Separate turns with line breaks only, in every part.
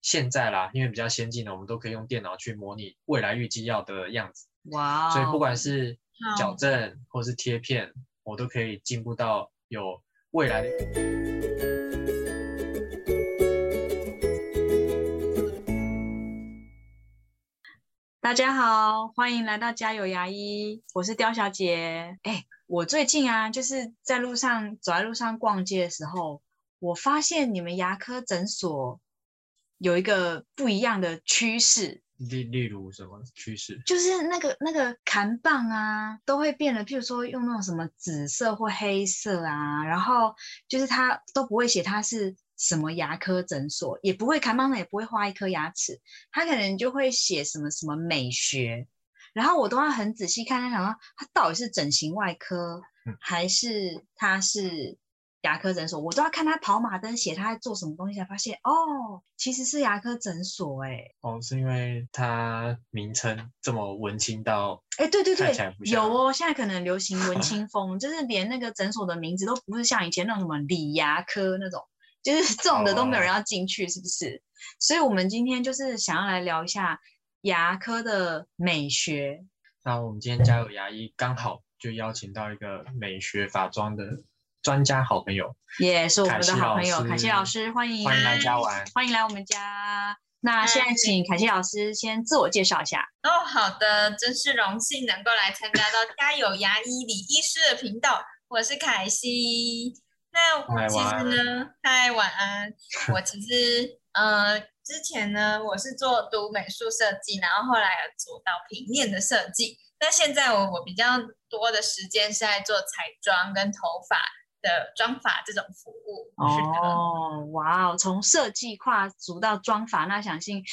现在啦，因为比较先进的，我们都可以用电脑去模拟未来预计要的样子。
哇哦，
所以不管是
好
矫正或是贴片，我都可以进步到有未来的。
大家好，欢迎来到家有牙医，我是刁小姐。哎，我最近啊，就是在路上走在路上逛街的时候，我发现你们牙科诊所有一个不一样的趋势，
例例如什么趋势？
就是那个那个砍棒啊，都会变得，譬如说用那种什么紫色或黑色啊，然后就是它都不会写它是什么牙科诊所，也不会砍棒的，也不会画一颗牙齿，它可能就会写什么什么美学，然后我都要很仔细看，想到它到底是整形外科
嗯
还是它是。牙科诊所，我都要看它跑马灯写它在做什么东西，才发现哦，其实是牙科诊所、欸，
哦，是因为它名称这么文青到
哎，对对
看
对
起来不，
有
像
哦。现在可能流行 文青风，就是连那个诊所的名字都不是像以前那种什么理牙科那种，就是 这种的都没有人
哦
要进去，是不是？所以我们今天就是想要来聊一下牙科的美学。
那我们今天家有牙医刚好就邀请到一个美学法妆的专家好朋友，
也是我
凯
们
西
的好
老
朋友凯西老
师
师，欢迎
欢迎来家玩。
欢迎来我们家。那现在
嗨
请凯西老师先自我介绍一下。
哦，好的，真是荣幸能够来参加到 家有牙医李医师的频道，我是凯西。那
嗨
我其
晚安
实呢，嗨，晚安。我其实呃，之前呢，我是做读美术设计，然后后来有做到平面的设计。那现在我我比较多的时间是在做彩妆跟头发的妆发这种服务。是的
哦，哇哦！从设计跨足到妆法，那相信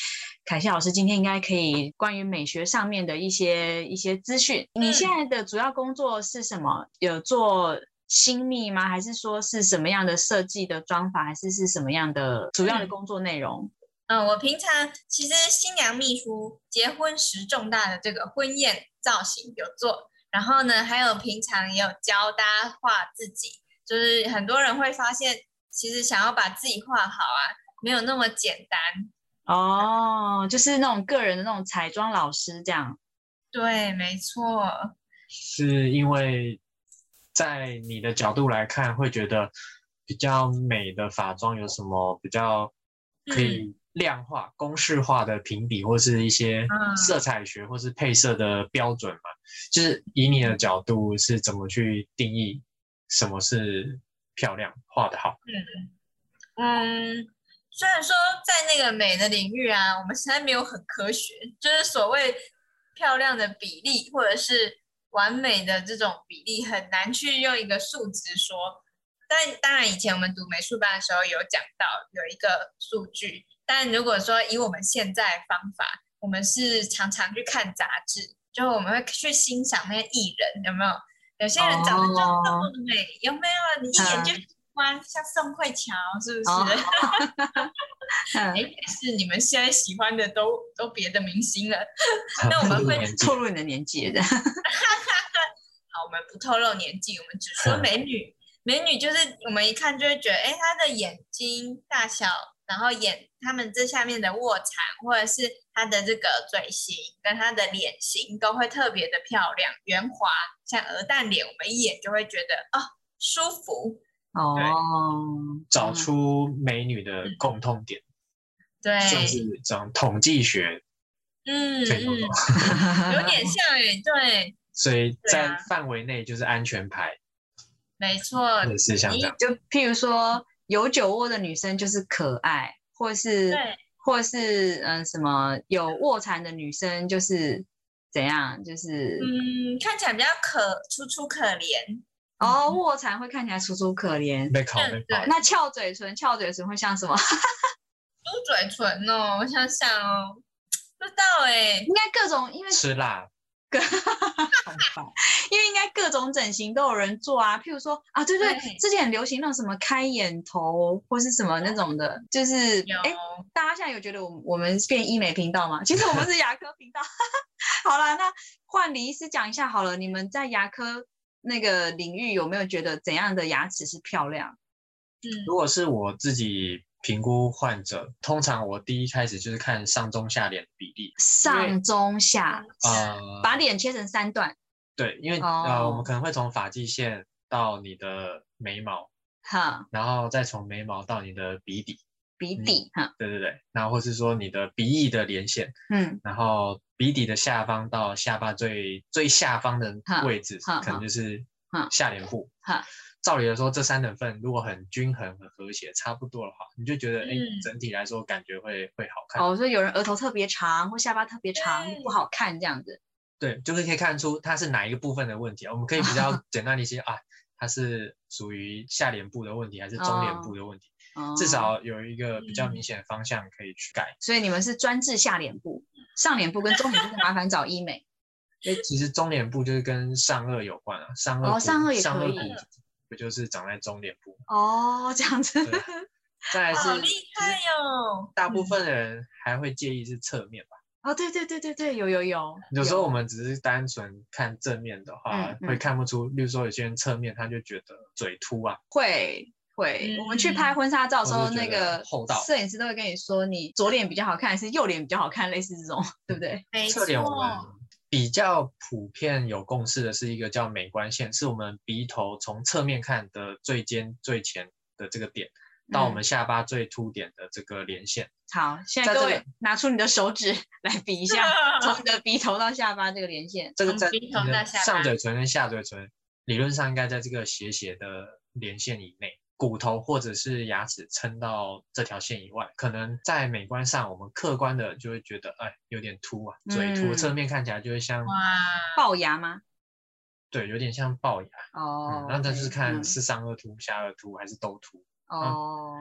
凯西老师今天应该可以关于美学上面的一些一些资讯。你
嗯
现在的主要工作是什么？有做新密吗？还是说是什么样的设计的妆法？还是是什么样的主要的
嗯
工作内容？
嗯，我平常其实新娘秘书结婚时重大的这个婚宴造型有做，然后呢，还有平常也有教大家画自己，就是很多人会发现，其实想要把自己画好啊，没有那么简单。
哦，就是那种个人的那种彩妆老师这样。
对，没错，
是因为在你的角度来看，会觉得比较美的法妆有什么比较
嗯
可以量化、公式化的评比，或是一些
嗯
色彩学或是配色的标准嘛？就是以你的角度是怎么去定义什么是漂亮、画得好？
嗯，虽然说在那个美的领域啊，我们实在没有很科学，就是所谓漂亮的比例或者是完美的这种比例，很难去用一个数值说。但当然，以前我们读美术班的时候有讲到有一个数据，但如果说以我们现在的方法，我们是常常去看杂志，就我们会去欣赏那些艺人有没有？有些人长得就那么美，有没有？你一眼就喜欢，像宋慧乔是不是？
哦
哎、
嗯，
但是你们现在喜欢的都都别的明星了， 那我们 会
年纪
透露你的年纪了。
好，我们不透露年纪，我们只说
嗯
美女。美女就是我们一看就会觉得，哎，她的眼睛大小，然后眼她们这下面的卧蚕，或者是她的这个嘴型跟她的脸型都会特别的漂亮圆滑，像鹅蛋脸，我们一眼就会觉得哦舒服。
哦，
找
嗯
出美女的共通点，
嗯对，
算是这种统计学
嗯
这一种
嗯，有点像哎，对，
所以在
对啊
范围内就是安全牌，
没错，
类似像这样。
就譬如说有酒窝的女生就是可爱，或是
对
或是嗯、呃什么有卧蚕的女生就是怎样，就是、
嗯，看起来比较可楚楚可怜，
哦卧蚕会看起来楚楚可怜。
被考被考，
那翘嘴唇，翘嘴唇会像什么？
猪嘴唇哦，我想想哦，不知道哎、
应该各种，因为
吃辣，
因为应该各种整形都有人做啊。譬如说啊，对对，
对
之前很流行那种什么开眼头或是什么那种的，就是
有
哎，大家现在有觉得我们我们变医美频道吗？其实我们是牙科频道。 好啦，那换李医师讲一下好了，你们在牙科那个领域有没有觉得怎样的牙齿是漂亮？
嗯
如果是我自己评估患者，通常我第一开始就是看上中下脸的比例，
上中下，
呃，
把脸切成三段。
对，因为、呃，我
哦
们可能会从发际线到你的眉毛，
哈，
然后再从眉毛到你的鼻底，
鼻
嗯
底哈，
对对对，然后或是说你的鼻翼的连线，
嗯，
然后鼻底的下方到下巴最最下方的
哈
位置
哈，
可能
哈
就是
哈
下脸部
哈。
照理来说，这三等份如果很均衡、很和谐、差不多的话，你就觉得，哎、
嗯
整体来说感觉会会好看。
哦，所以有人额头特别长或下巴特别长
对
不好看这样子。
对，就是可以看出它是哪一个部分的问题。啊我们可以比 较简单的一些啊，它是属于下脸部的问题还是中脸部的问题，
哦
至，少有一个比较
嗯
明显的方向可以去改。
所以你们是专治下脸部，上脸部跟中脸部麻烦找医美。
其实中脸部就是跟上颚有关啊，上颚
哦
骨
上颚也
上
可
颚
以
骨不就是长在中脸部吗？
哦，这样子。
对再来
好
是
厉害哦哟！
大部分的人还会介意是侧面吧？
哦，对对对对对，有有有。
有时候我们只是单纯看正面的话
嗯，嗯
会看不出。例如说，有些人侧面他就觉得嘴凸啊，
会会，我们去
嗯
拍婚纱照的时
我
候，
是觉
那
得
个
厚道
摄影师都会跟你说，你左脸比较好看，还是右脸比较好看，类似这种，对不对？
没
侧
错，
脸我们比较普遍有共识的是一个叫美观线，是我们鼻头从侧面看的最尖最前的这个点，到我
嗯
们下巴最凸点的这个连线。
好，现
在
在各
这个
位拿出你的手指来比一下，从你的鼻头到下巴这个连线。
这个
从
在
鼻
你
头到
的
下
上
巴
嘴唇跟下嘴唇理论上应该在这个斜斜的连线以内，骨头或者是牙齿撑到这条线以外。可能在美观上，我们客观的就会觉得，哎，有点凸啊，嘴凸，
嗯
侧面看起来就会像，
哇，
龅牙吗？
对，有点像龅牙。嗯，，
哦
那这就是看
嗯
是上颚凸、下颚凸还是都凸。
哦，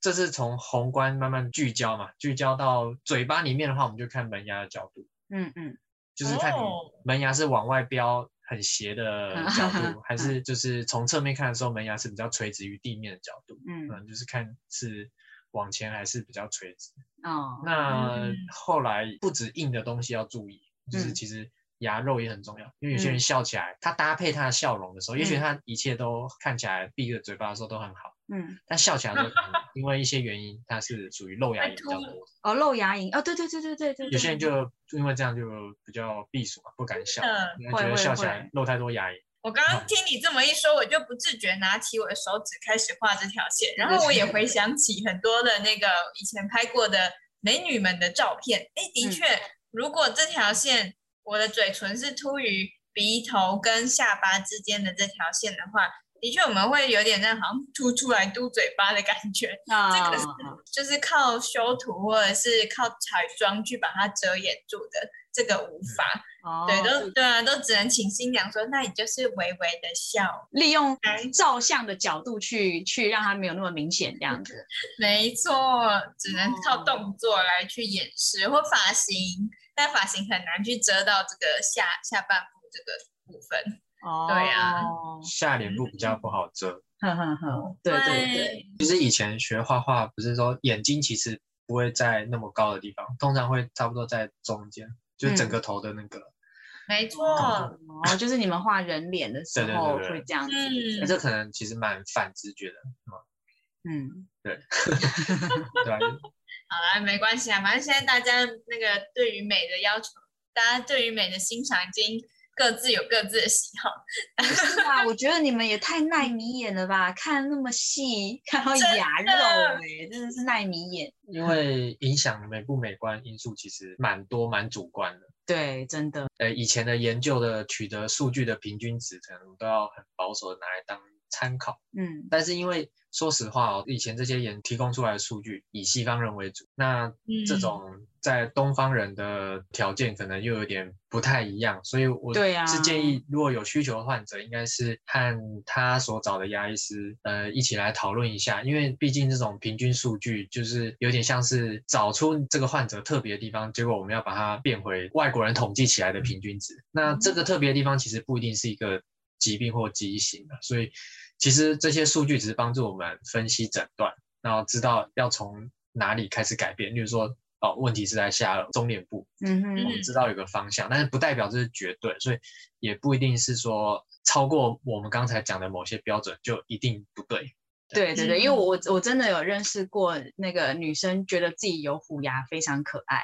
这是从宏观慢慢聚焦嘛，聚焦到嘴巴里面的话，我们就看门牙的角度，
嗯嗯，
就是看你
哦
门牙是往外飙很斜的角度，还
嗯
是就是从侧面看的时候，门牙是比较垂直于地面的角度，
嗯
嗯，就是看是往前还是比较垂直。
哦，
那
嗯
后来不止硬的东西要注意，就是
嗯
其实牙肉也很重要，因为有些人
嗯
笑起来，他搭配他的笑容的时候，也许
嗯
他一切都看起来闭着嘴巴的时候都很好，
嗯，
但笑起来的时候可能因为一些原因，他是属于露牙
会
龈比较
凸
多，
哦，露牙龈，哦，对对对对对对，
有些
对
人就因为这样就比较避暑嘛，不敢笑，
嗯，
因为觉
会
得
会
笑起来
会
露太多牙龈。
我刚刚听你这么一说，我就不自觉拿起我的手指开始画这条线，然后我也回想起很多的那个以前拍过的美女们的照片。哎，的确，如果这条线我的嘴唇是凸于鼻头跟下巴之间的这条线的话，的确我们会有点那好像凸出来嘟嘴巴的感觉，
啊，
这个是就是靠修图或者是靠彩妆去把它遮掩住的，这个无法。
哦，
对，都对啊，都只能请新娘说，那你就是微微的笑。
利用
哎
照相的角度去去让它没有那么明显这样子。
没错，只能靠
哦
动作来去掩饰或发型，但发型很难去遮到这个下下半部这个部分。
哦，
对啊
下脸部比较不好遮。
呵呵呵，对对对，
对，
其实以前学画画，不是说眼睛其实不会在那么高的地方，通常会差不多在中间，就是整
嗯
个头的那个。
没错，
哦，就是你们画人脸的时
对对对
候
对
会这样子，
哎、
嗯，
这可能其实蛮反直觉的，
嗯，
对吧？
好啦，没关系啊，反正现在大家那个对于美的要求，大家对于美的欣赏已经各自有各自的喜好，
是啊，我觉得你们也太耐迷眼了吧，看那么细，看到牙肉、哎，真的是耐迷眼。
因为影响美不美观因素其实蛮多、蛮主观的。
对，真的，
呃，以前的研究的取得数据的平均值，可能都要很保守的拿来当参考。
嗯
但是因为说实话哦，以前这些研提供出来的数据以西方人为主，那这
嗯
种在东方人的条件可能又有点不太一样，所以我
对啊
是建议，如果有需求的患者，应该是和他所找的牙医师呃一起来讨论一下，因为毕竟这种平均数据就是有点像是找出这个患者特别的地方，结果我们要把它变回外国人统计起来的平均值。那这个特别的地方其实不一定是一个疾病或畸形啊，所以其实这些数据只是帮助我们分析诊断。然后知道要从哪里开始改变。例如说，哦，问题是在下颚中脸部，
嗯
我
哼，
们知道有个方向，但是不代表这是绝对，所以也不一定是说超过我们刚才讲的某些标准就一定不对。
对对对，因为我我我真的有认识过那个女生，觉得自己有虎牙非常可爱，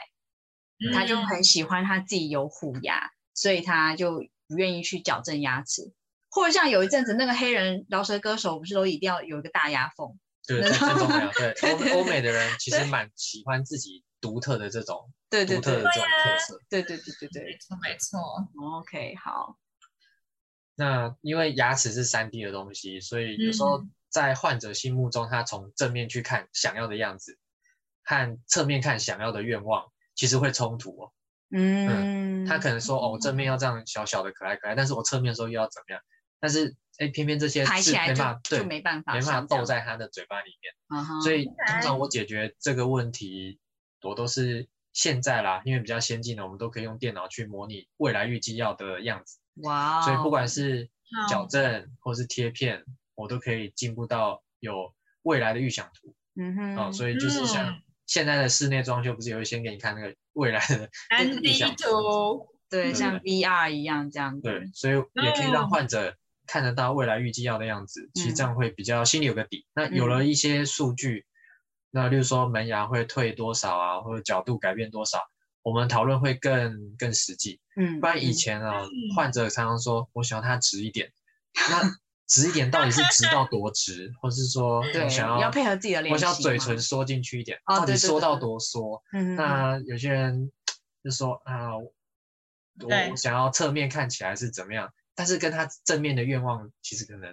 嗯
她就很喜欢她自己有虎牙，所以她就不愿意去矫正牙齿。或者像有一阵子那个黑人饶舌歌手不是都一定要有一个大牙缝？
对，
然
在在
后
东 南亚，啊对
对
欧欧美的人其实
对
蛮喜欢自己独特的这种
对对
独特
对
的这种
对啊
特色。
对对对对
没
对
错没错，
，OK，好，
那因为牙齿是三 D 的东西，所以有时
嗯
候在患者心目中，他从正面去看想要的样子，和侧面看想要的愿望，其实会冲突哦。
嗯，
他可能说，哦，我正面要这样小小的可爱可爱，但是我侧面说又要怎么样？但是，哎，偏偏这些
排
是
起来
没
就
办法，对，
就
没
没办法
办法
像这样
斗，在他的嘴巴里面。
嗯哼
所以通
白
常我解决这个问题，我都是现在啦，因为比较先进的，我们都可以用电脑去模拟未来预计要的样子。
哇哦，
所以不管是矫
嗯
正或是贴片，我都可以进步到有未来的预想图
嗯哼，
啊、所以就是像
嗯
现在的室内装修，不是也会先给你看那个未来的
三 D
想
图，
对，
对
像 VR 一样这样子，
对，所以也可以
哦
让患者看得到未来预计要的样子，其
嗯
实这样会比较心里有个底。那有了一些数据，那例如说门牙会退多少啊，或者角度改变多少，我们讨论会更更实际。
嗯，
不然以
嗯
前啊，
嗯
患者常常说我想要它直一点，那直一点到底是直到多直，或是说
对
我想
要配合自己的练
我想要
习
嘴
嘛
唇缩进去一点，
哦
到底
对对
缩
对
到
对
多缩？
嗯，嗯
那有些人就说啊，我
对
我想要侧面看起来是怎么样，但是跟他正面的愿望其实可能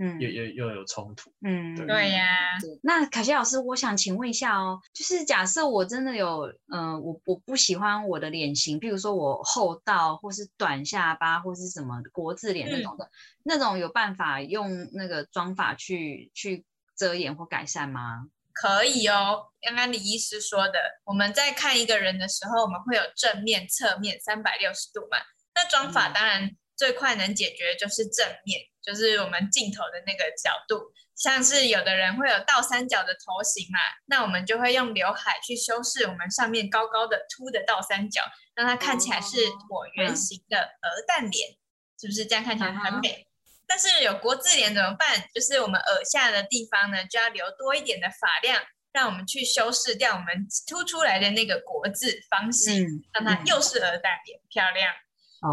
嗯
又又又有冲突。
嗯，
对
对呀、
对那凯西老师，我想请问一下哦，就是假设我真的有，嗯、我我不喜欢我的脸型，比如说我厚道，或是短下巴，或是什么国字脸那种的，那种有办法用那个妆法去去遮掩或改善吗？
可以哦。刚刚李医师说的，我们在看一个人的时候，我们会有正面、侧面三百六十度嘛。那妆法
嗯
当然最快能解决就是正面，就是我们镜头的那个角度。像是有的人会有倒三角的头型嘛，那我们就会用刘海去修饰我们上面高高的凸的倒三角，让它看起来是
哦
椭圆
嗯
形的鹅蛋脸，是不是这样看起来
嗯
很
哼
美？但是有国字脸怎么办？就是我们耳下的地方呢，就要留多一点的发量，让我们去修饰掉我们凸出来的那个国字方形，
嗯，
让它
嗯
又是鹅蛋脸漂亮。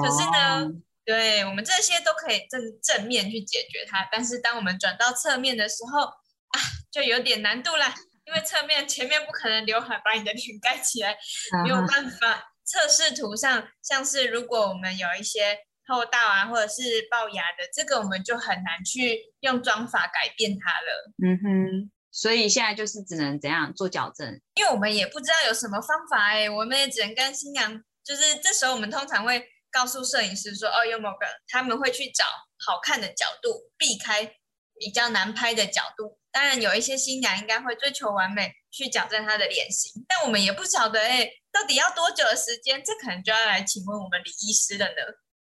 可是呢
哦
对我们这些都可以正正面去解决它，但是当我们转到侧面的时候啊，就有点难度啦，因为侧面前面不可能刘海把你的脸盖起来，没有
啊哈
办法。测试图上，像是如果我们有一些厚道啊，或者是龅牙的，这个我们就很难去用妆法改变它了，
嗯哼，所以现在就是只能怎样做矫正，
因为我们也不知道有什么方法哎、我们也只能跟新娘，就是这时候我们通常会告诉摄影师说，哦，有某个，他们会去找好看的角度，避开比较难拍的角度。当然，有一些新娘应该会追求完美，去矫正她的脸型，但我们也不晓得哎、到底要多久的时间？这可能就要来请问我们李医师了呢。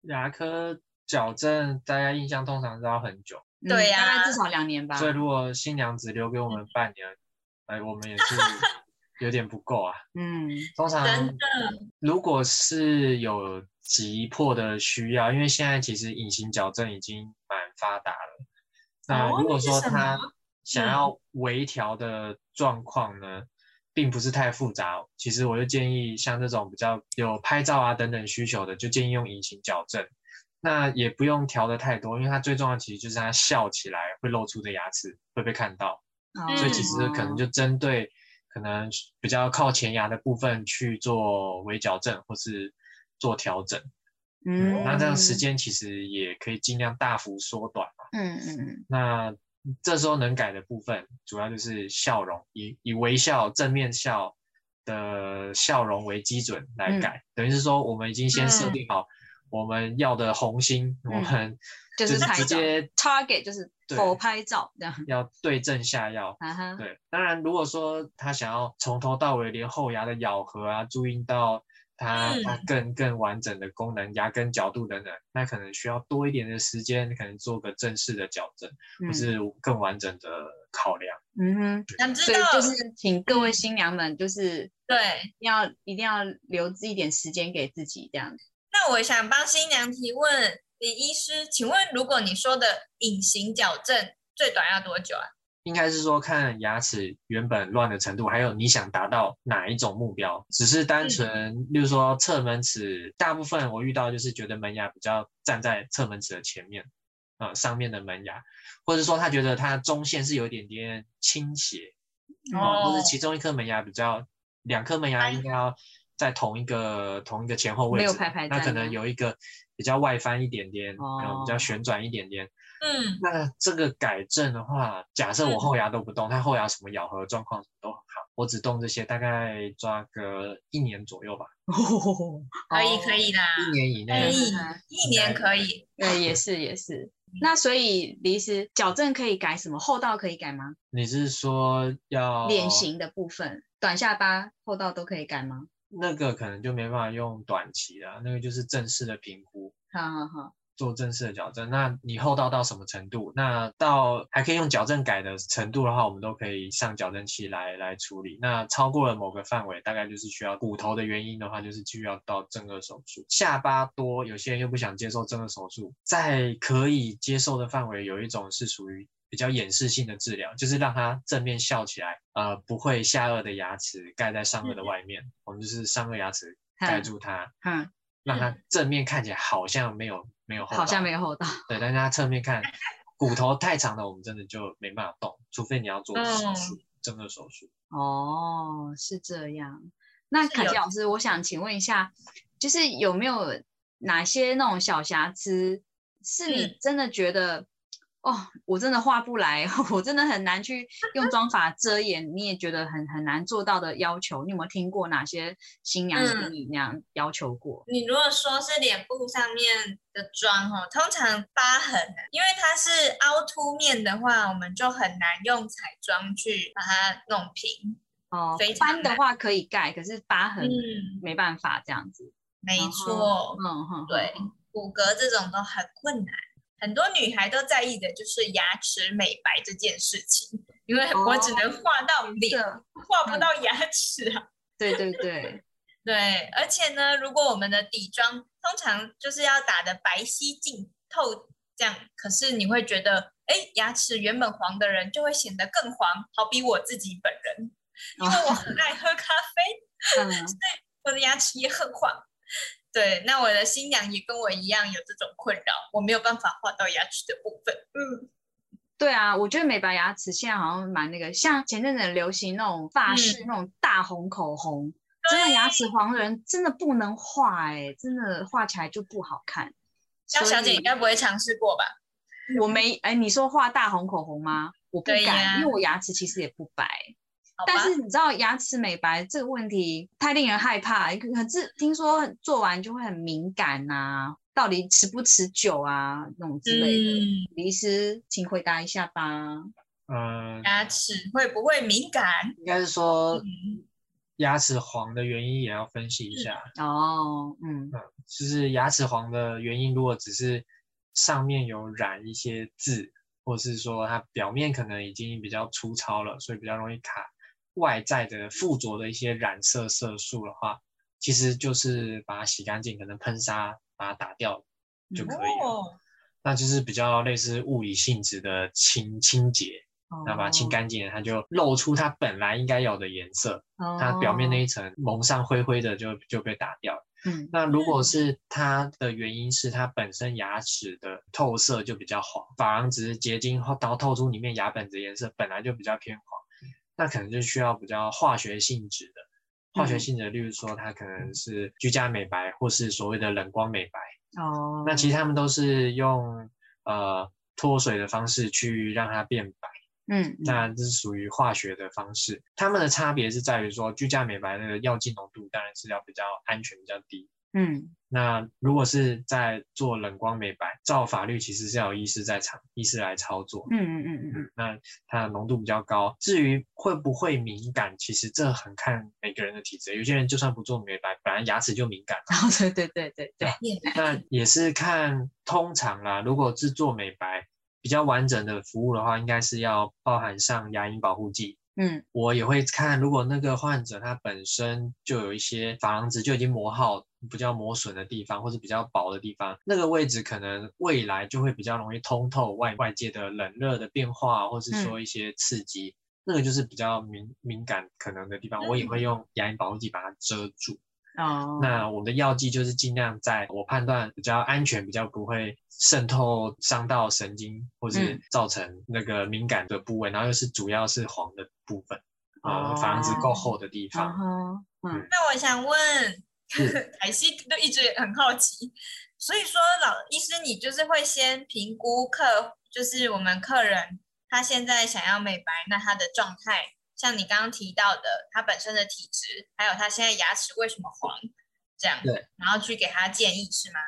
牙科矫正大家印象通常是要很久，
嗯大
对呀
概至少两年吧，
所以如果新娘只留给我
嗯
们半年，哎，我们也 是有点不够啊。
嗯
通常
真的
如果是有急迫的需要，因为现在其实隐形矫正已经蛮发达了。那
哦
如果
那是
说
什
他
么
想
嗯
要微调的状况呢，并不是太复杂，哦其实我就建议像这种比较有拍照啊等等需求的，就建议用隐形矫正。那也不用调的太多，因为它最重要其实就是它笑起来会露出的牙齿会被看到。所以其实可能
哦
就针对可能比较靠前牙的部分去做微矫正或是做调整，
嗯，
那这样时间其实也可以尽量大幅缩短嘛。
嗯，嗯嗯
那这时候能改的部分，主要就是笑容，以以微笑、正面笑的笑容为基准来
嗯
改，等于是说我们已经先设
嗯
定好我们要的红心，我
嗯
们
就
就是
拍
直
照
接
，target 就是
对
否拍照这样，
要对症下药，
啊哈，
对，当然，如果说他想要从头到尾连后牙的咬合啊，注意到它它更更完整的功能、牙根角度等等，那可能需要多一点的时间，可能做个正式的矫正，或
嗯
是更完整的考量。
嗯哼，
想知
所以
道，
就是请各
嗯
位新娘们，就是
对。
要一定要留一点时间给自己，这样子。
那我想帮新娘提问李医师，请问如果你说的隐形矫正最短要多久啊？
应该是说看牙齿原本乱的程度，还有你想达到哪一种目标。只是
嗯
单纯，例如说侧门齿，大部分我遇到就是觉得门牙比较站在侧门齿的前面，啊、上面的门牙，或者说他觉得他中线是有一点点倾斜，哦，或
哦
者其中一颗门牙比较，两颗门牙应该要在同一个同一个前后位
没
置，
有排排
那
站
可
吗
能有一个比较外翻一点点，然后比较
哦
旋转一点点。
嗯，
那这个改正的话，假设我
嗯
后牙都不动，它后牙什么咬合状况都很好，我只动这些，大概抓个一年左右吧，
可以可以啦，
一年以
可
内
以。嗯
嗯
哦啊一年可以。
对，也是也是。那所以离时矫正可以改什么？后道可以改吗？
你是说要
脸型的部分，短下巴、后道都可以改吗？
那个可能就没办法用短期的，那个就是正式的评估。
好好好，
做正式的矫正，那你厚道到什么程度？那到还可以用矫正改的程度的话，我们都可以上矫正器来来处理。那超过了某个范围，大概就是需要骨头的原因的话，就是需要到正颌手术。下巴多，有些人又不想接受正颌手术，在可以接受的范围，有一种是属于。比较掩饰性的治疗，就是让它正面笑起来，呃，不会下颚的牙齿盖在上颚的外面，我们就是上颚牙齿盖
嗯
住它，
嗯，
让它正面看起来好像没有没有厚
好像
道
没有后道。
对，但是它侧面看骨头太长了，我们真的就没办法动，除非你要做手
嗯
术，整个手术。
哦，是这样。那
是
凯
有
西老师，我想请问一下，就是有没有哪些那种小瑕疵，是你
嗯
真的觉得，哦，我真的画不来，我真的很难去 用妆法遮掩，你也觉得很很难做到的要求？你有没有听过哪些新娘有
嗯
跟你那样要求过？
你如果说是脸部上面的妆哦，通常疤痕，啊因为它是凹凸面的话，我们就很难用彩妆去把它弄平。
哦
非，常
斑的
难
话可以盖，可是疤痕
嗯，
没办法这样子。
没
然
错，
嗯哼，
对，骨骼这种都很困难。很多女孩都在意的就是牙齿美白这件事情，因为我只能画到
这
脸，画不
嗯
到牙齿啊。
对对对，
对，而且呢，如果我们的底妆通常就是要打的白皙净透这样，可是你会觉得，哎，牙齿原本黄的人就会显得更黄，好比我自己本人， 因为我很爱喝咖啡，
哦嗯。
我的牙齿也很黄。对，那我的新娘也跟我一样有这种困扰，我没有办法画到牙齿的部分。嗯，
对啊，我觉得美白牙齿现在好像蛮那个，像前阵子很流行那种
嗯
发饰、那种大红口红，真的牙齿黄的人真的不能画哎、真的画起来就不好看。
江
所
小姐
以
应该不会尝试过吧？
我没哎、你说画大红口红吗？我不
对
敢，
呀
因为我牙齿其实也不白。
好吧嗯
但是你知道牙齿美白这个问题太令人害怕，可是听说做完就会很敏感呐、到底持不持久啊那种之类的。
嗯，
李医师，请回答一下吧。
嗯、
牙齿会不会敏感？
应该是说
嗯
牙齿黄的原因也要分析一
嗯
下，
哦，嗯，
就是牙齿黄的原因，如果只是上面有染一些痣，或是说它表面可能已经比较粗糙了，所以比较容易卡，外在的附着的一些染色色素的话，其实就是把它洗干净，可能喷砂把它打掉就可以啊了。
哦，
那就是比较类似物理性质的清清洁，
哦
那把它清干净了，它就露出它本来应该有的颜色，
哦，
它表面那一层蒙上灰灰的就就被打掉了。
嗯
那如果是它的原因是它本身牙齿的透色就比较黄，珐琅质结晶后到透出里面牙本质颜色本来就比较偏黄，
嗯
那可能就需要比较化学性质的。化学
嗯
性质的，例如说它可能是居家美白，或是所谓的冷光美白。
哦，
那其实他们都是用呃脱水的方式去让它变白，
嗯
那这是属于化学的方式。它们的差别是在于说，居家美白的药剂浓度当然是要比较安全、比较低。
嗯
那如果是在做冷光美白，照法律其实是要有医师在场，医师来操作。
嗯嗯嗯嗯
那它的浓度比较高。至于会不会敏感，其实这很看每个人的体质。有些人就算不做美白，本来牙齿就敏感了，
哦，对对对对对，
那也是看通常啦，如果是做美白比较完整的服务的话，应该是要包含上牙龈保护剂。
嗯
我也会看，如果那个患者他本身就有一些珐琅质就已经磨耗比较磨损的地方，或者比较薄的地方，那个位置可能未来就会比较容易通透外外界的冷热的变化，或是说一些刺激，那个就是比较敏敏感可能的地方。我也会用牙龈保护剂把它遮住。
哦，
那我们的药剂就是尽量在我判断比较安全、比较不会渗透伤到神经，或是
嗯
造成那个敏感的部位，然后又是主要是黄的部分，啊、
哦
房子够厚的地
嗯
方。
哼，嗯
那我想问
是，
凯西都一直很好奇，所以说老医师你就是会先评估客，就是我们客人他现在想要美白，那他的状态，像你刚刚提到的，他本身的体质，还有他现在牙齿为什么黄，这样，
对，
然后去给他建议是吗？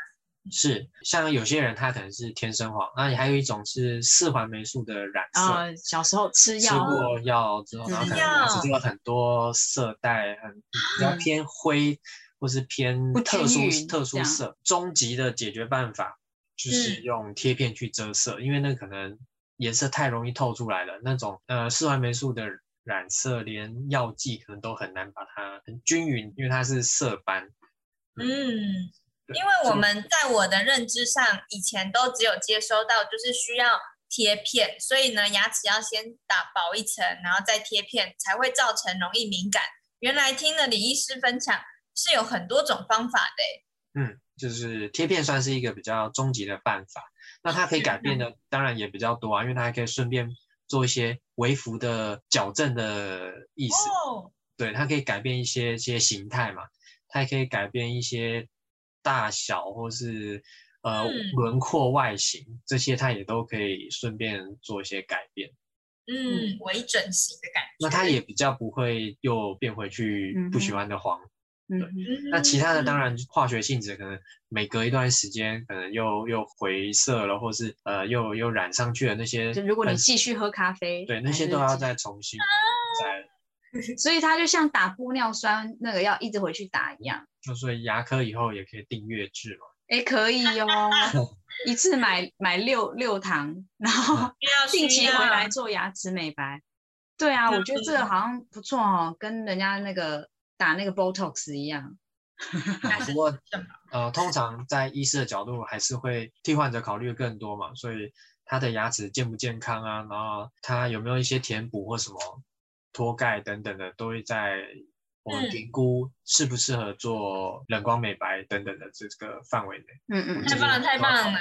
是，像有些人他可能是天生黄，那你还有一种是四环霉素的染色。
啊、小时候吃
吃
药，
过药之后，然后可能牙齿就有很多色带，很比较偏灰或是偏
啊不
特殊
均匀
特殊色。终极的解决办法就是
嗯
用贴片去遮色，因为那可能颜色太容易透出来了。那种呃四环霉素的染色，连药剂可能都很难把它很均匀，因为它是色斑。
嗯，
对
因为我们在我的认知上，以前都只有接收到就是需要贴片，所以呢，牙齿要先打薄一层，然后再贴片，才会造成容易敏感。原来听了李医师分享，是有很多种方法的欸。
嗯，就是贴片算是一个比较终极的办法。那它可以改变的当然也比较多啊，因为它还可以顺便做一些微幅的矫正的意思。
哦，
对，它可以改变一些一些形态嘛，它也可以改变一些大小或是呃
嗯
轮廓外形，这些它也都可以顺便做一些改变。
嗯，微整形的感觉。
那它也比较不会又变回去不喜
嗯哼
欢的黄
嗯
对
哼，
嗯
那其他的当然化学性质，可能每隔一段时间，可能又又回色了，或是呃又又染上去了那些
就
本，
如果你继续喝咖啡，
对那些
还是啊
都要
继
再重新再，
所以它就像打玻尿酸那个要一直回去打一样。
就所以牙科以后也可以订阅制嘛，
哎，可以 哦，一次买买六六堂，然后
需要
定期
需
回
要
来做牙齿美白。对啊，
嗯
我觉得这个好像不错哦，跟人家那个打那个 Botox 一样。
啊
那是
不过
什么
呃通常在医师的角度还是会替患者考虑更多嘛，所以他的牙齿健不健康啊，然后他有没有一些填补或什么脱钙等等的，都会在。我们
嗯
评估适不适合做冷光美白等等的这个范围内。
嗯嗯
太棒了太棒了！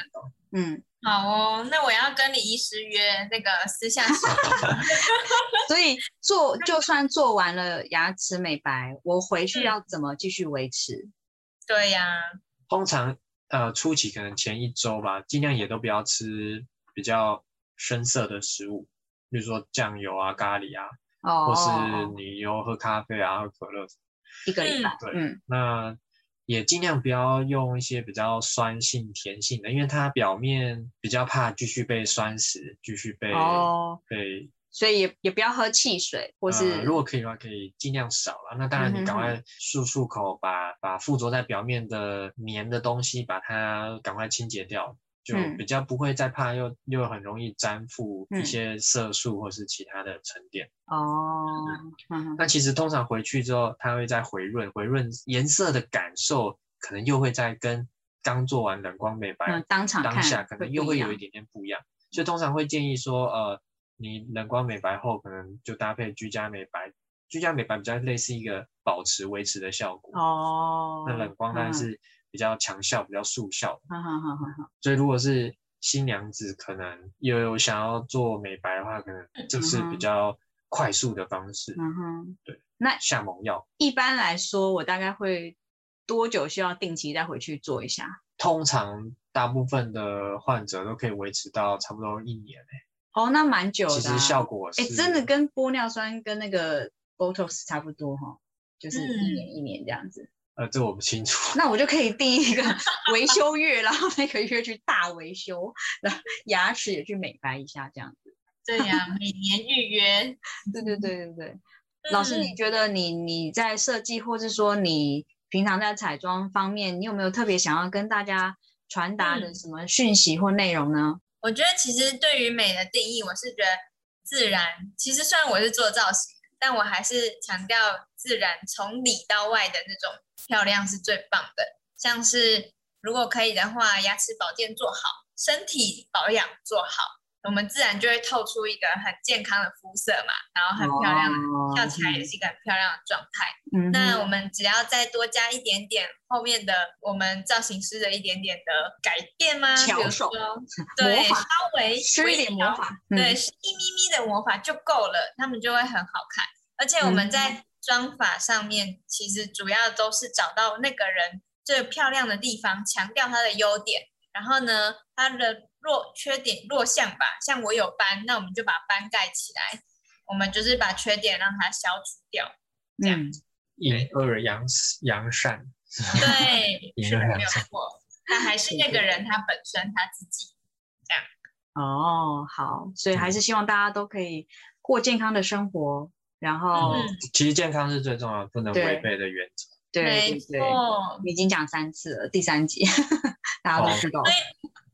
嗯，
好哦，那我要跟李医师约那个 私下
所以做就算做完了牙齿美白，我回去要怎么继续维持？
对呀、
通常呃初期可能前一周吧，尽量也都不要吃比较深色的食物，比如说酱油啊、咖喱啊，或是
哦，
你又喝咖啡啊、喝可乐。
一个礼拜，
对
嗯
那也尽量不要用一些比较酸性、甜性的，因为它表面比较怕继续被酸蚀，继续被、
哦，
被
所以也也不要喝汽水或是
呃、如果可以的话，可以尽量少了。那当然，你赶
嗯哼
快漱漱口，把把附着在表面的黏的东西，把它赶快清洁掉，就
嗯
比较不会再怕又又很容易粘附
嗯
一些色素或是其他的沉淀。
哦，嗯哼
那其实通常回去之后，它会再回润，回润颜色的感受可能又会再跟刚做完冷光美白
嗯，当场
当
看
下可能又
不
会
一
有
样
一点点不一样，所以通常会建议说，呃，你冷光美白后，可能就搭配居家美白，居家美白比较类似一个保持维持的效果，
哦。
那冷光当然
嗯
是比较强效、比较速效的，
好好好好好，
所以如果是新娘子可能又有想要做美白的话，可能这是
嗯
比
哼
较快速的方式，
嗯哼，
下猛药。
一般来说，我大概会多久需要定期再回去做一下？
通常大部分的患者都可以维持到差不多一年、欸，
哦，那蛮久的、啊。
其实效果是
哎，真的跟玻尿酸跟那个 Botox 差不多哈、哦，就是
嗯
一年一年这样子。
呃，这我不清楚。
那我就可以定一个 维修月，然后那个月去大维修，然后牙齿也去美白一下这样子。
对呀、每年预约。
对对对对对。老师，
嗯
你觉得你你在设计，或是说你平常在彩妆方面，你有没有特别想要跟大家传达的
嗯
什么讯息或内容呢？
我觉得其实对于美的定义，我是觉得自然。其实虽然我是做造型，但我还是强调自然，从里到外的那种漂亮是最棒的。像是如果可以的话，牙齿保健做好，身体保养做好，我们自然就会透出一个很健康的肤色嘛，然后很漂亮的，
哦
笑起来也是一个很漂亮的状态。
嗯哼
那我们只要再多加一点点后面的我们造型师的一点点的改变吗？比
巧
如
手
说，对，
魔
稍
法
微
施一点魔
微调
法，
对，是一咪咪的魔法就够了，他们就会很好看。而且我们在妆法上面，其实主要都是找到那个人最漂亮的地方，强调她的优点，然后呢，她的弱缺点弱项吧，像我有斑，那我们就把斑盖起来，我们就是把缺点让它消除掉。这样
嗯，
隐恶扬扬善，
对，
隐
是
恶
的
扬
没有
善。
错，但还是那个人他本身他自己。
哦，好，所以还是希望大家都可以过健康的生活，然后
嗯
其实健康是最重要的，不能
哦对
违背的原则。
对
没
对对，
错，
你已经讲三次了，第三集大家都知道
所，以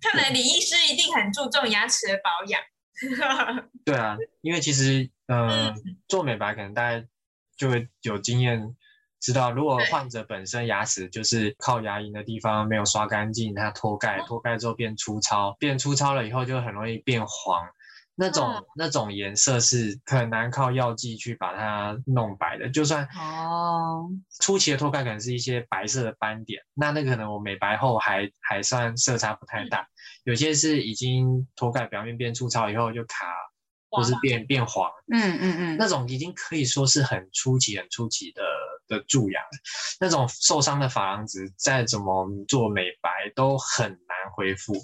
看来李医师一定很注重牙齿的保养。
对啊，因为其实，呃，
嗯
做美白可能大家就会有经验，知道如果
对
患者本身牙齿就是靠牙龈的地方没有刷干净，它脱
哦
钙，脱钙之后变粗糙，变粗糙了以后就很容易变黄，那种、
嗯
那种颜色是很难靠药剂去把它弄白的，就算
哦，
初期的脱钙可能是一些白色的斑点，那那个可能我美白后还还算色差不太
嗯
大，有些是已经脱钙表面变粗糙以后就卡，或是变变黄，
嗯嗯嗯，
那种已经可以说是很初级、很初级的的蛀牙，那种受伤的珐琅质再怎么做美白都很难恢复。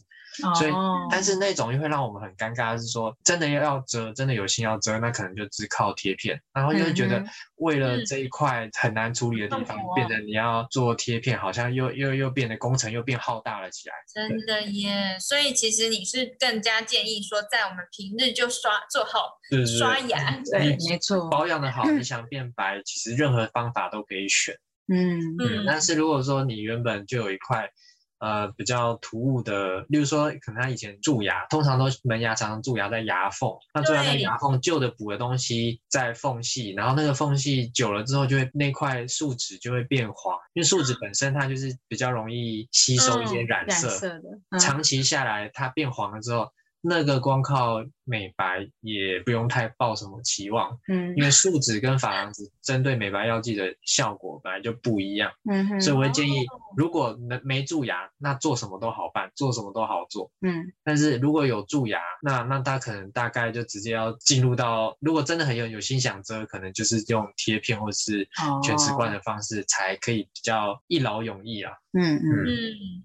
所以
哦
但是那种又会让我们很尴尬，的是说真的要遮，真的有心要遮，那可能就只靠贴片，然后就会觉得
嗯哼
为了
嗯
这一块很难处理的地方
痛苦，哦
变得你要做贴片，好像又又又变得工程又变浩大了起来。
真的耶，所以其实你是更加建议说，在我们平日就刷做好
对对
刷
对，
牙，
对，
你
没错，
保养的好，你想变白，其实任何方法都可以选。
嗯
嗯，
但是如果说你原本就有一块呃比较突兀的，例如说可能他以前蛀牙，通常都门牙常常蛀牙在牙缝，那蛀牙在
对
牙缝旧的补的东西在缝隙，然后那个缝隙久了之后就会那块树脂就会变黄，因为树脂本身它就是比较容易吸收一些
嗯
染
染
色，
色的，嗯
长期下来它变黄了之后。那个光靠美白也不用太抱什么期望，
嗯
因为树脂跟珐琅质针对美白药剂的效果本来就不一样。
嗯哼
所以我会建议
哦，
如果没没蛀牙，那做什么都好办，做什么都好做。
嗯
但是如果有蛀牙，那那他可能大概就直接要进入到，如果真的很有有心想遮，可能就是用贴片或是
哦
全瓷冠的方式，才可以比较一劳永逸啊。
嗯嗯，
嗯，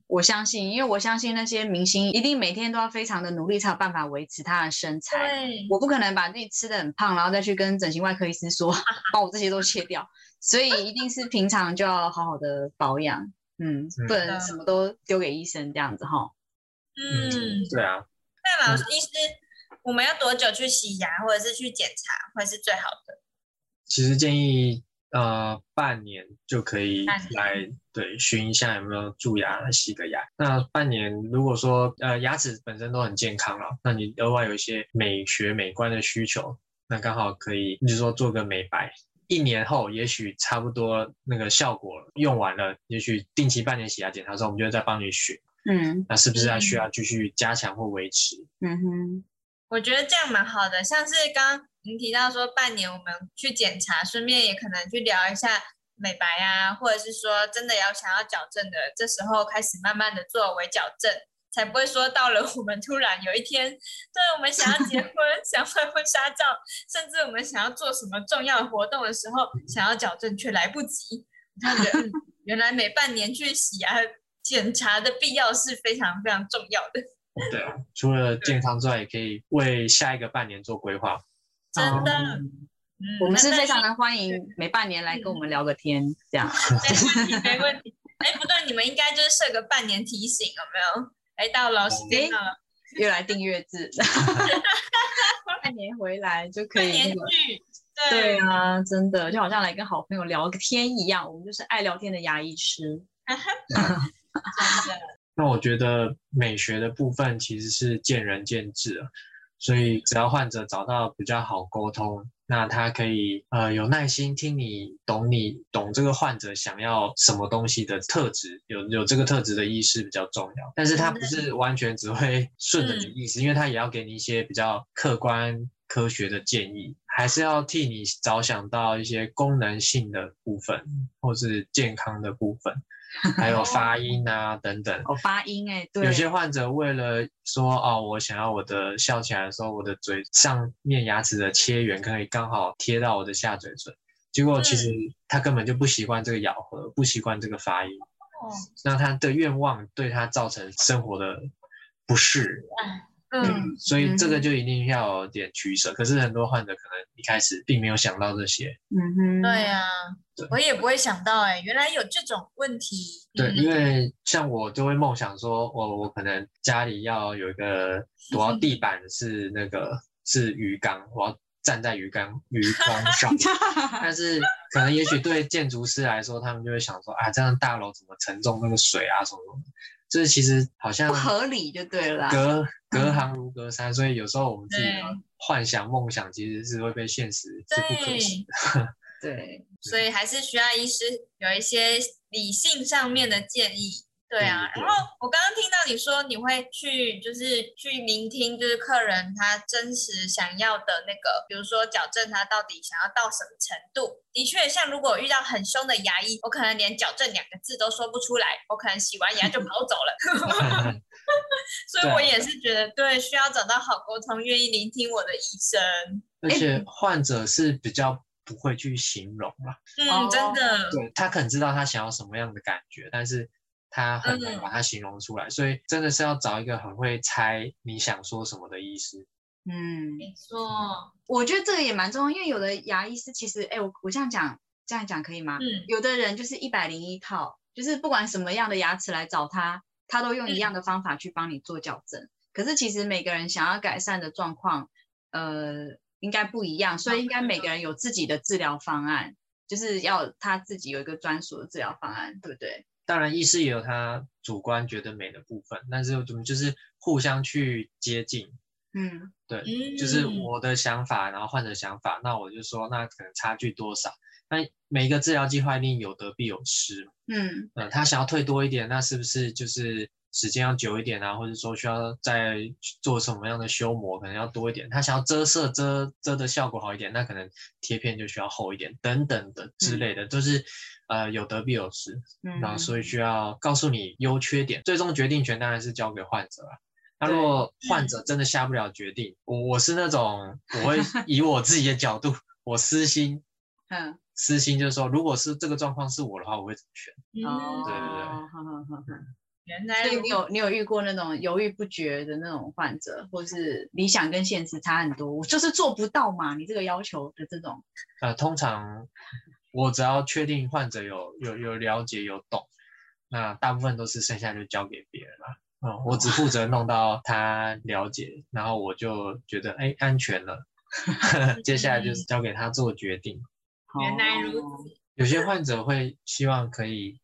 我相信，因为我相信那些明星一定每天都要非常的努力，才有办法维持他的身材。
对，
我不可能把自己吃的很胖，然后再去跟整形外科医师 说把我这些都切掉，所以一定是平常就要好好的保养，嗯，不
嗯
能什么都丢给医生这样子哈。
嗯，
对啊，
那老师医师，我们要多久去洗牙，或者是去检查，会是最好的？
其实建议呃半年就可以
半年
来对寻一下有没有蛀牙，来洗个牙。那半年如果说呃牙齿本身都很健康了，那你额外有一些美学美观的需求，那刚好可以，就是说做个美白。一年后，也许差不多那个效果用完了，也许定期半年洗牙检查之后，我们就会再帮你选，
嗯
那是不是还需
嗯
要继续加强或维持？
嗯哼，
我觉得这样蛮好的，像是刚刚您提到说半年我们去检查，顺便也可能去聊一下美白啊，或者是说真的要想要矫正的，这时候开始慢慢的做微矫正，才不会说到了我们突然有一天，对我们想要结婚、想换婚纱照，甚至我们想要做什么重要的活动的时候，想要矫正却来不及，就觉 得嗯原来每半年去洗牙检查的必要是非常非常重要的。
对啊，除了健康之外，也可以为下一个半年做规划。
真的
哦
嗯，
我们是
那
非常
那
的欢迎每半年来跟我们聊个天这 样。
没问题，没问题。哎，不对，你们应该就是设个半年提醒，有没有？哎，到老时间到了，
又来订阅制， 半年回来就可
半
以
年
那个。
剧，
对
对，
啊，真的就好像来跟好朋友聊个天一样，我们就是爱聊天的牙医师。
真的，
那我觉得美学的部分其实是见仁见智啊，所以只要患者找到比较好沟通，那他可以呃有耐心听你懂你懂这个患者想要什么东西的特质，有有这个特质的医师比较重要。但是他不是完全只会顺着你意思，因为他也要给你一些比较客观科学的建议，还是要替你着想到一些功能性的部分，或是健康的部分，还有发音啊等等。
哦，发音哎、对，
有些患者为了说哦，我想要我的笑起来的时候，我的嘴上面牙齿的切缘可以刚好贴到我的下嘴唇，结果其实
嗯
他根本就不习惯这个咬合，不习惯这个发音，
哦
那他的愿望对他造成生活的不适，
嗯，
所以这个
嗯
就一定要有点取舍。可是很多患者可能一开始并没有想到这些，
嗯哼，。
对呀、
对
我也不会想到哎、原来有这种问题。
对，
嗯
因为像我就会梦想说，我我可能家里要有一个，我 要地板是那个是鱼缸，我要站在鱼缸 鱼缸上但是可能也许对建筑师来说，他们就会想说啊，这样大楼怎么承重那个水啊什么什么的，就是其实好像
不合理就对了啦。
隔隔行如隔山，所以有时候我们自己的
对
幻想梦想其实是会被现实是不可行
对，
对，
所以还是需要医师有一些理性上面的建议。对啊，
嗯
然后我刚刚听到你说你会去，就是去聆听，就是客人他真实想要的那个，比如说矫正他到底想要到什么程度。的确，像如果我遇到很凶的牙医，我可能连矫正两个字都说不出来，我可能洗完牙就跑走了。
的。
所以我也是觉得，对，需要找到好沟通、愿意聆听我的医生。
而且患者是比较不会去形容啦。
哦
嗯，真的，
对他可能知道他想要什么样的感觉，但是他很难
嗯
把它形容出来，所以真的是要找一个很会猜你想说什么的医师。
嗯，
没错，
我觉得这个也蛮重要，因为有的牙医师其实，哎，我我这样讲这样讲可以吗？
嗯，
有的人就是一百零一套，就是不管什么样的牙齿来找他，他都用一样的方法去帮你做矫正。可是其实每个人想要改善的状况，呃，应该不一样，所以应该每个人有自己的治疗方案，就是要他自己有一个专属的治疗方案，对不对？
当然，医师也有他主观觉得美的部分，但是我们就是互相去接近，
嗯
对，
嗯
就是我的想法，然后患者想法，那我就说那可能差距多少？那每一个治疗计划一定有得必有失嘛
嗯
呃，他想要退多一点，那是不是就是时间要久一点啊？或者说需要再做什么样的修磨，可能要多一点。他想要遮色遮遮的效果好一点，那可能贴片就需要厚一点，等等的之类的，就是呃有得必有失，
嗯，
然后所以需要告诉你优缺点，最终决定权当然是交给患者了。那如果患者真的下不了决定，我我是那种我会以我自己的角度，我私心
嗯
私心就是说，如果是这个状况是我的话，我会怎么选？
哦，
嗯对
好好好。
嗯原来
所以
如
你
此。
有你有遇过那种犹豫不决的那种患者，或是理想跟现实差很多，我就是做不到嘛，你这个要求的这种，
呃，通常我只要确定患者有有有了解有懂，那大部分都是剩下就交给别人了。嗯，我只负责弄到他了解，然后我就觉得哎、安全 了，接下来
嗯
就是交给他做决定。
原来如
哦
此，
有些患者会希望可以，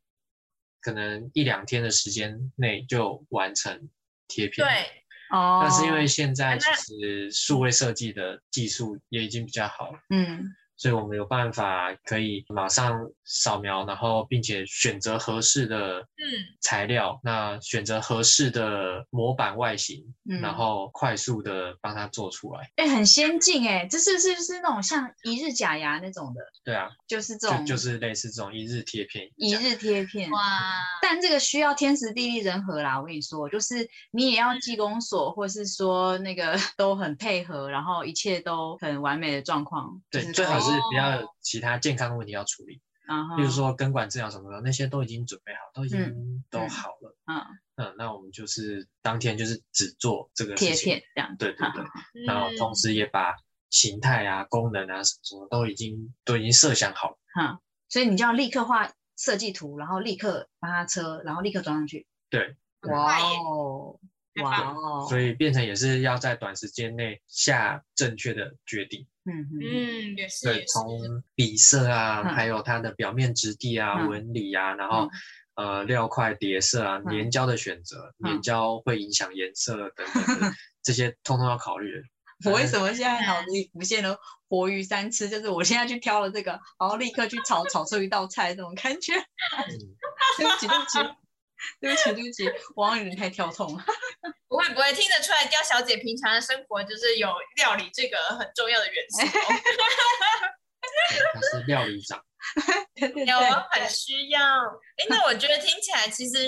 可能一两天的时间内就完成贴片，
对，哎
哦，
但是因为现在
那
其实数位设计的技术也已经比较好了。
嗯
所以我们有办法可以马上扫描，然后并且选择合适的
嗯，
材料，那选择合适的模板外形，
嗯，
然后快速的帮它做出来。
哎、很先进哎、这是是不是那种像一日假牙那种的，
对啊，
就是这
就
种
就是类似这种一日贴片
一
样。
日贴片，
哇，
但这个需要天时地利人和啦，我跟你说，就是你也
嗯
要技工所，或是说那个 都很配合，然后一切都很完美的状况，
对，
就
最好是
都
不要有其他健康的问题要处理，
嗯哼
比如说根管治疗什么的，那些都已经准备好，都已经都
嗯
好了。
嗯
嗯，那我们就是当天就是只做这个事
贴
情。
片这样，
对对对。然后
嗯
同时也把形态啊、功能啊什么什么都已经都已经设想好了。
所以你就要立刻画设计图，然后立刻把它车，然后立刻装上去。
对，
很快
哇
耶
哦，
太
哇
棒
哦，
所以变成也是要在短时间内下正确的决定。
嗯嗯
嗯，也是，
对，
也是
从笔色啊，
嗯
还有它的表面质地啊、
嗯
纹理啊，然后、呃料块叠色啊、
嗯
粘胶的选择、
嗯
粘胶会影响颜色等等的这些，通通要考虑。
我为什么现在脑子里浮现了活鱼三吃？就是我现在去挑了这个，然后立刻去炒炒出一道菜，这种感觉。
嗯
对不起，对不起，对不起，对不起，我让人太跳痛了。
不会不会听得出来，刁小姐平常的生活就是有料理这个很重要的 元素哦，
他是料理长，
对对
有
对，
很需要。哎，那我觉得听起来其实，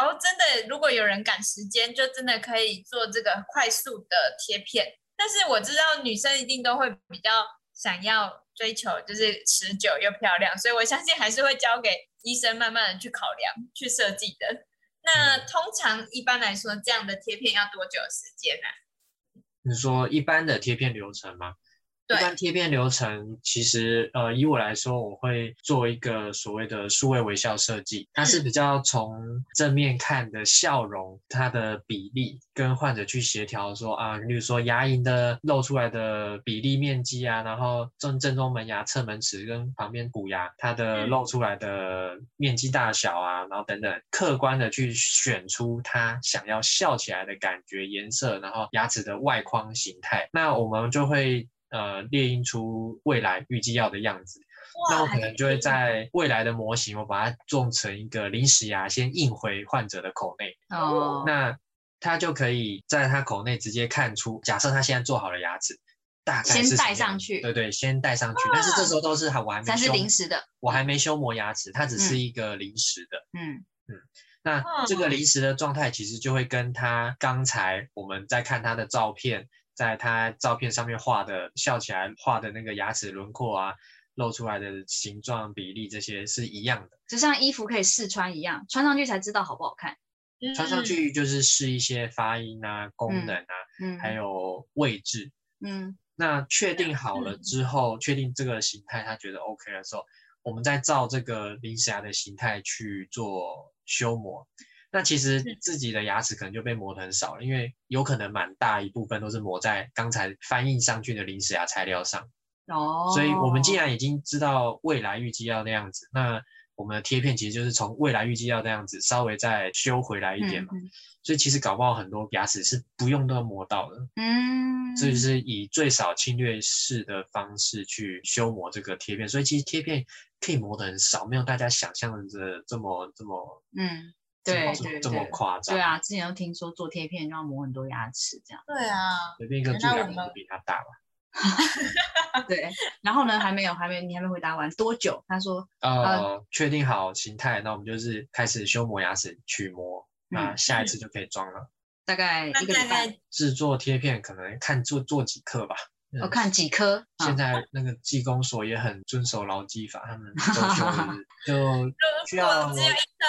哦，真的，如果有人赶时间，就真的可以做这个快速的贴片。但是我知道女生一定都会比较想要追求就是持久又漂亮，所以我相信还是会交给医生慢慢的去考量、去设计的。
嗯
那通常一般来说，这样的贴片要多久的时间啊呢、
你说一般的贴片流程吗？一
对
般贴片流程，其实呃，以我来说，我会做一个所谓的数位微笑设计，它
嗯
是比较从正面看的笑容，它的比例跟患者去协调说啊，例如说牙龈的露出来的比例面积啊，然后正正中门牙、侧门齿跟旁边虎牙它的
嗯
露出来的面积大小啊，然后等等，客观的去选出他想要笑起来的感觉、颜色，然后牙齿的外框形态，那我们就会。呃猎鹰出未来预计要的样子，那我可能就会在未来的模型，我把它种成一个临时牙，先印回患者的口内，
哦，
那他就可以在他口内直接看出，假设他现在做好了牙齿，大概
先
是什
戴
么
上
样子
去
对对，先戴上去，但是这时候都是还我还没
才是
修，
临时的，
我还没修磨牙齿，它只是
嗯
一个临时的。
嗯，
那这个临时的状态其实就会跟他刚才我们在看他的照片，在他照片上面画的笑起来画的那个牙齿轮廓啊，露出来的形状比例这些是一样的。
就像衣服可以试穿一样，穿上去才知道好不好看。
穿
嗯
上去就是试一些发音啊、功
嗯
能啊，
嗯，
还有位置。
嗯，
那确定好了之后，确定这个形态他觉得 OK 的时候，我们再照这个临时牙的形态去做修磨。那其实
嗯
自己的牙齿可能就被磨得很少了，因为有可能蛮大一部分都是磨在刚才翻译上去的临时牙材料上。
哦，
所以我们既然已经知道未来预计要那样子，那我们的贴片其实就是从未来预计要那样子稍微再修回来一点嘛。
嗯
所以其实搞不好很多牙齿是不用都磨到的。
嗯，
这就是以最少侵略式的方式去修磨这个贴片，所以其实贴片可以磨得很少，没有大家想象的这么这么
嗯，对
这么
对
这么
对，
夸张。
对，啊，之前都听说做贴片要磨很多牙齿这样，
对啊，
随便一个蛀牙
那我
可
们
能比它大吧。
啊
对。然后呢，还没有，还没，你还没回答完多久？他说，
呃，确定好形态，那我们就是开始修磨牙齿取模，那
嗯
下一次就可以装了。
大概一
那
个
大
礼拜，
概
制作贴片可能看做做几克吧。
我
嗯
看几颗，
现
啊
在那个技工所也很遵守劳基法，他 们周休日就需
如
要
果只有一颗，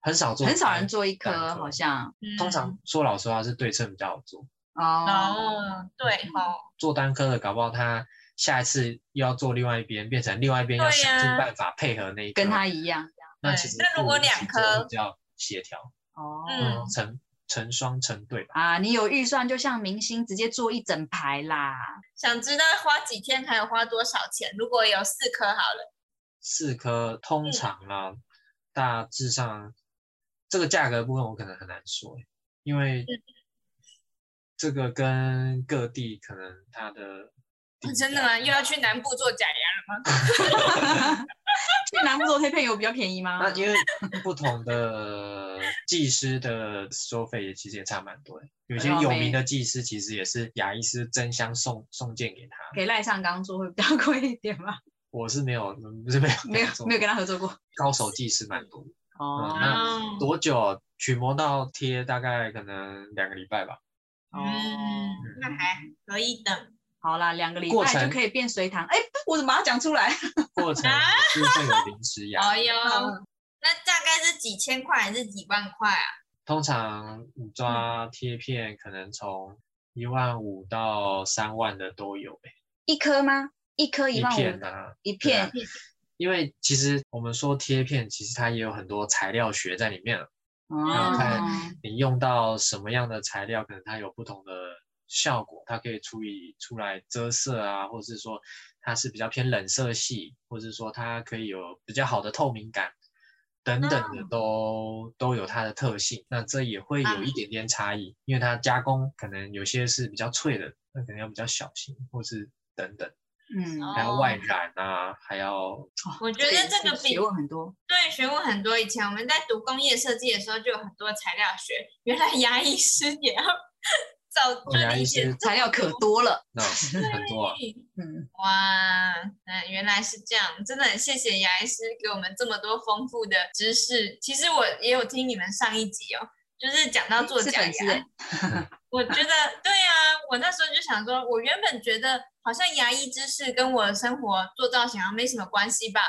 很少做，
很少人。做一颗，
两颗
好像
嗯
通常说老实话是对称比较好做，
哦，
哦，
嗯
对哦，
做单科的搞不好他下一次又要做另外一边，变成另外一边要
对
想
呀
尽办法配合那一
跟
科
他一样这样
那
对
其实
那如
不
果
一起
两
做
颗
会比较协调，
哦。
嗯
成成双成对吧？
啊，你有预算就像明星直接做一整排啦，
想知道花几天还有花多少钱？如果有四颗好了，
四颗通
嗯
常啦，大致上这个价格部分我可能很难说，欸因为
嗯
这个跟各地可能它的
哦
地
真的
价
吗？又要去南部做假牙了吗？
去南部做贴片有比较便宜吗？
那因为不同的技师的收费也其实也差蛮多的，有些
哦
有
没
名的技师其实也是牙医师争相送送件给他。
给赖上刚做会比较 贵一点吗？
我是没有，嗯不是没有
没有
做
没有跟他合作过
高手技师蛮多的，
哦
嗯那多久取模到贴大概可能两个礼拜吧。
哦，
嗯，那还可以等。
嗯
好啦，两个礼
过
拜
程
就可以变随堂。哎，我怎么把它讲出来？
过程
啊
是会有临 时牙，
哦哟，那大概是几千块还是几万块啊？
通常你抓
嗯
贴片可能从一万五到三万的都有、欸，
一颗吗？一颗一万
片
五，
啊，
一
对啊
片，
因为其实我们说贴片，其实它也有很多材料学在里面了。
哦
看你用到什么样的材料，可能它有不同的效果，它可以处理出来遮色啊，或者是说它是比较偏冷色系，或者是说它可以有比较好的透明感。等等的都都有它的特性，那这也会有一点点差异，因为它加工可能有些是比较脆的，那可能要比较小心，或是等等，
嗯，
哦
还要外染啊，还要
我觉得这个比
学问很多，
对，学问很多。以前我们在读工业设计的时候，就有很多材料学。原来牙医师也要 造，
哦
就
牙
理
医
解
师
这
材料可多了。
那很多啊。
里
嗯，
哇，那原来是这样，真的很谢谢牙医师给我们这么多丰富的知识。其实我也有听你们上一集哦，就是讲到做
是
假
粉丝
牙，我觉得对啊，我那时候就想说，我原本觉得好像牙医知识跟我的生活做造型好像没什么关系吧，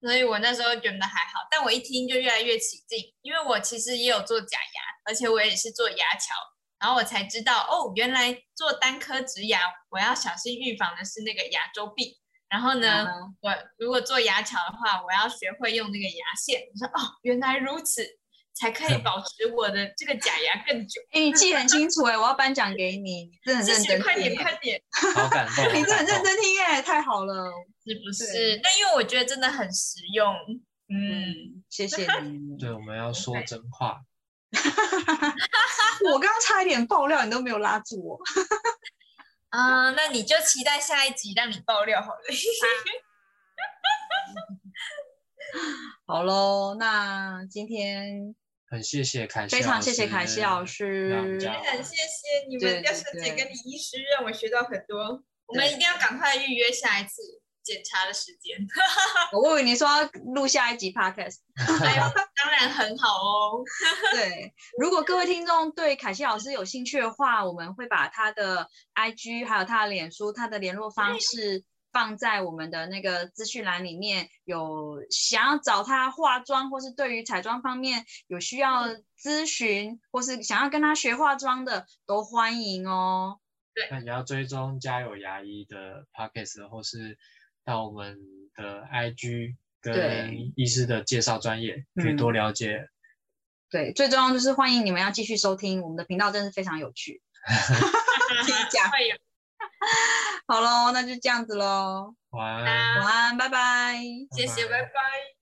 所以我那时候觉得还好。但我一听就越来越起劲，因为我其实也有做假牙，而且我也是做牙桥，然后我才知道哦，原来做单颗植牙，我要小心预防的是那个牙周病。然后呢，
嗯
我如果做牙桥的话，我要学会用那个牙线。我说哦，原来如此，才可以保持我的这个假牙更久。
哎，你记得很清楚哎，我要颁奖给你，你真的很
谢
认
谢，
真
快点，
听
快
哎，
点，
好感动，
你真的
好
很
感
认
动。
真听哎，太好了，
是不是
对？
但因为我觉得真的很实用，嗯，
嗯，谢谢你。
对，我们要说真话。
我刚刚差一点爆料，你都没有拉住我。
啊、那你就期待下一集让你爆料好了。
好喽，那今天
很谢谢凯西，
非常谢谢凯西老，
那我们
师
这。样
很谢谢你
对
们廖小
对
姐
对
跟李医师，让我学到很多。我们
对
一定要赶快预约下一次检查的时间。
我以为你说要录下一集 podcast。
哎呦，当然很好 哦。
对，如果各位听众对凯西老师有兴趣的话，我们会把他的 IG 还有他的脸书、他的联络方式放在我们的那个资讯栏里面。有想要找他化妆，或是对于彩妆方面有需要咨询，或是想要跟他学化妆的，都欢迎哦。
那也要追踪家有牙医的 podcast，或是到我们的 IG
对
跟医师的介绍专业，可以
嗯
多了解。
对，最重要就是欢迎你们要继续收听我们的频道，真是非常有趣。先讲
会有
好喽，那就这样子喽，
晚安，
啦
晚安，拜拜。
谢谢，
拜
拜拜。